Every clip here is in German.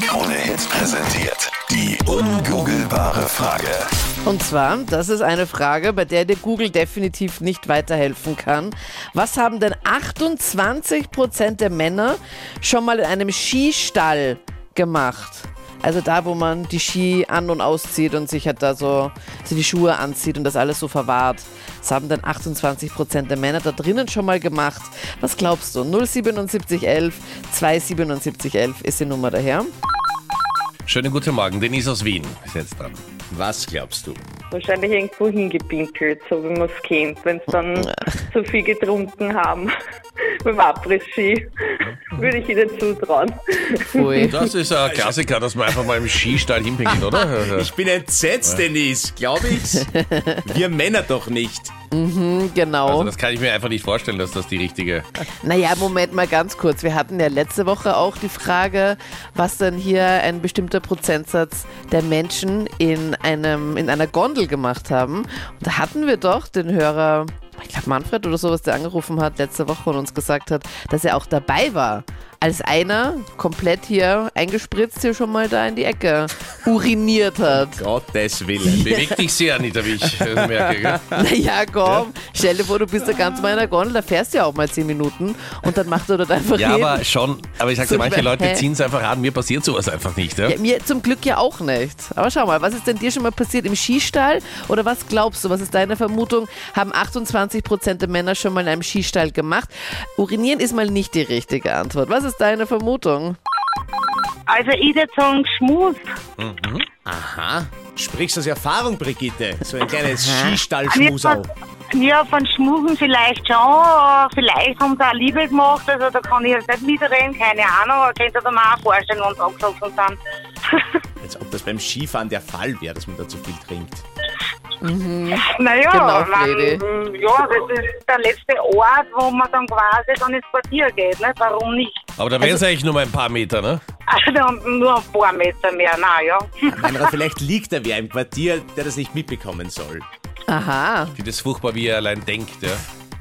Krone Hits präsentiert. Die ungoogelbare Frage. Und zwar, das ist eine Frage, bei der dir Google definitiv nicht weiterhelfen kann. Was haben denn 28% der Männer schon mal in einem Skistall gemacht? Also da, wo man die Ski an- und auszieht und sich halt da so also die Schuhe anzieht und das alles so verwahrt. Das haben dann 28% der Männer da drinnen schon mal gemacht. Was glaubst du? 07711 27711 ist die Nummer daher. Schönen guten Morgen, Denise aus Wien ist jetzt dran. Was glaubst du? Wahrscheinlich irgendwo hingepinkelt, so wie man es kennt, wenn sie dann zu viel getrunken haben beim Abriss-Ski. Würde ich ihnen zutrauen. Pfui. Das ist ein Klassiker, dass man einfach mal im Skistall hinpinkelt, oder? Also Ich bin entsetzt, Denise, glaube ich's. Wir Männer doch nicht. Genau. Also das kann ich mir einfach nicht vorstellen, dass das die richtige. Naja, Moment mal ganz kurz. Wir hatten ja letzte Woche auch die Frage, was denn hier ein bestimmter Prozentsatz der Menschen in, einem, in einer Gondel gemacht haben. Und da hatten wir doch den Hörer, ich glaube Manfred oder sowas, der angerufen hat letzte Woche und uns gesagt hat, dass er auch dabei war. Als einer komplett hier eingespritzt hier schon mal da in die Ecke uriniert hat. Gottes Willen. Beweg dich sehr, Anita, wie ich äh, merke. Gell? Naja, komm, stell dir vor, du bist da ganz mal in der Gondel, da fährst du ja auch mal 10 Minuten und dann macht er dort einfach Ja, jeden aber schon. Aber ich sag dir, So, manche hä? Leute ziehen es einfach an. Mir passiert sowas einfach nicht. Ja? Ja, mir zum Glück ja auch nicht. Aber schau mal, was ist denn dir schon mal passiert im Skistall? Oder was glaubst du? Was ist deine Vermutung? Haben 28% der Männer schon mal in einem Skistall gemacht? Urinieren ist mal nicht die richtige Antwort. Was ist deine Vermutung? Also ich würde sagen Schmus. Aha. Sprichst aus Erfahrung, Brigitte? So ein kleines Von, Skistall-Schmusau. ja, von Schmusen vielleicht schon, aber vielleicht haben sie auch Liebe gemacht, also da kann ich jetzt nicht mitreden, keine Ahnung, aber könnt ihr mir auch vorstellen, wenn sie angesoffen sind. Als ob das beim Skifahren der Fall wäre, dass man da zu viel trinkt. naja, Genau, man, ja, das ist der letzte Ort, wo man dann quasi dann ins Quartier geht, ne? warum nicht? Aber da wären es eigentlich nur mal ein paar Meter, ne? Also dann nur ein paar Meter mehr, Hm, naja. Meinrad, vielleicht liegt da wer im Quartier, der das nicht mitbekommen soll. Aha. Wie das furchtbar, wie er allein denkt. Ja?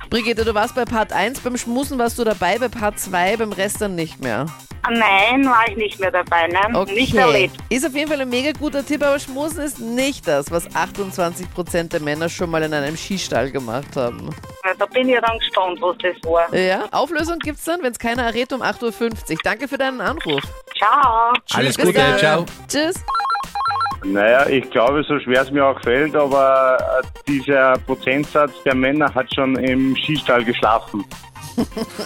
Brigitte, du warst bei Part 1, beim Schmusen warst du dabei, bei Part 2, beim Rest dann nicht mehr. Nein, war ich nicht mehr dabei, ne? Nicht erlebt. Ist auf jeden Fall ein mega guter Tipp, aber Schmusen ist nicht das, was 28% der Männer schon mal in einem Skistall gemacht haben. Na, Da bin ich dann gespannt, was das war. Ja, Auflösung gibt's dann, wenn's keiner errät, um 8.50 Uhr. Danke für deinen Anruf. Ciao. Alles Bis Gute, dann. ciao. Tschüss. Naja, ich glaube, so schwer es mir auch fällt, aber äh, dieser Prozentsatz der Männer hat schon im Skistall geschlafen.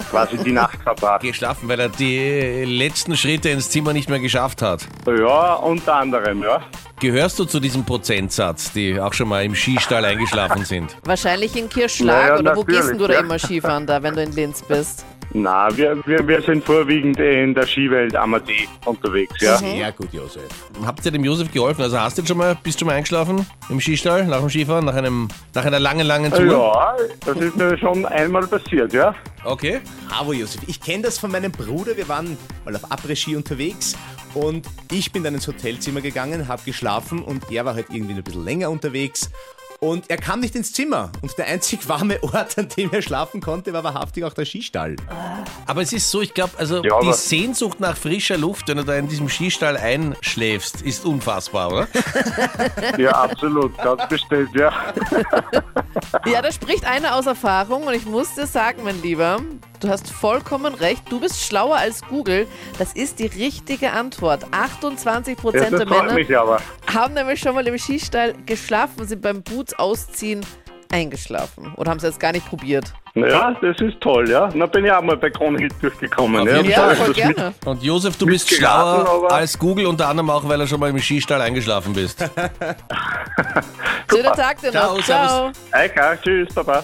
Quasi die Nacht verbracht. Geschlafen, weil er die letzten Schritte ins Zimmer nicht mehr geschafft hat. Ja, unter anderem, ja. Gehörst du zu diesem Prozentsatz, die auch schon mal im Skistall eingeschlafen sind? Wahrscheinlich in Kirschschlag Naja, oder wo natürlich, gehst denn du da ja. immer Skifahren da, wenn du in Linz bist? Na, wir, wir, wir sind vorwiegend in der Skiwelt Amadee unterwegs, ja. Mhm. Sehr gut, Josef. Habt ihr dem Josef geholfen? Also hast du jetzt schon mal, bist du schon mal eingeschlafen im Skistall nach dem Skifahren, nach, einem, nach einer langen, langen Tour? Ja, das ist mir schon einmal passiert, ja. Okay. Bravo, Josef. Ich kenne das von meinem Bruder. Wir waren mal auf Après-Ski unterwegs und ich bin dann ins Hotelzimmer gegangen, habe geschlafen und er war halt irgendwie ein bisschen länger unterwegs. Und er kam nicht ins Zimmer. Und der einzig warme Ort, an dem er schlafen konnte, war wahrhaftig auch der Skistall. Aber es ist so, ich glaube, also Ja, die aber- Sehnsucht nach frischer Luft, wenn du da in diesem Skistall einschläfst, ist unfassbar, oder? Ja, absolut, ganz bestimmt, ja. Ja, da spricht einer aus Erfahrung und ich muss dir sagen, mein Lieber, du hast vollkommen recht. Du bist schlauer als Google. Das ist die richtige Antwort. 28 ja Prozent das der freut Männer mich aber. haben nämlich schon mal im Skistall geschlafen, sind beim Boots ausziehen eingeschlafen oder haben es jetzt gar nicht probiert. Ja, das ist toll, ja. Na, bin ich auch mal bei Kronhit durchgekommen, ja. jeden Ich Ja, sag, voll das mit- gerne. Und Josef, du bist Mitgeraten, schlauer aber- als Google, unter anderem auch, weil er schon mal im Skistall eingeschlafen bist. Schönen Tag dir Ciao, noch. servus. Ciao. Eika, tschüss, Baba.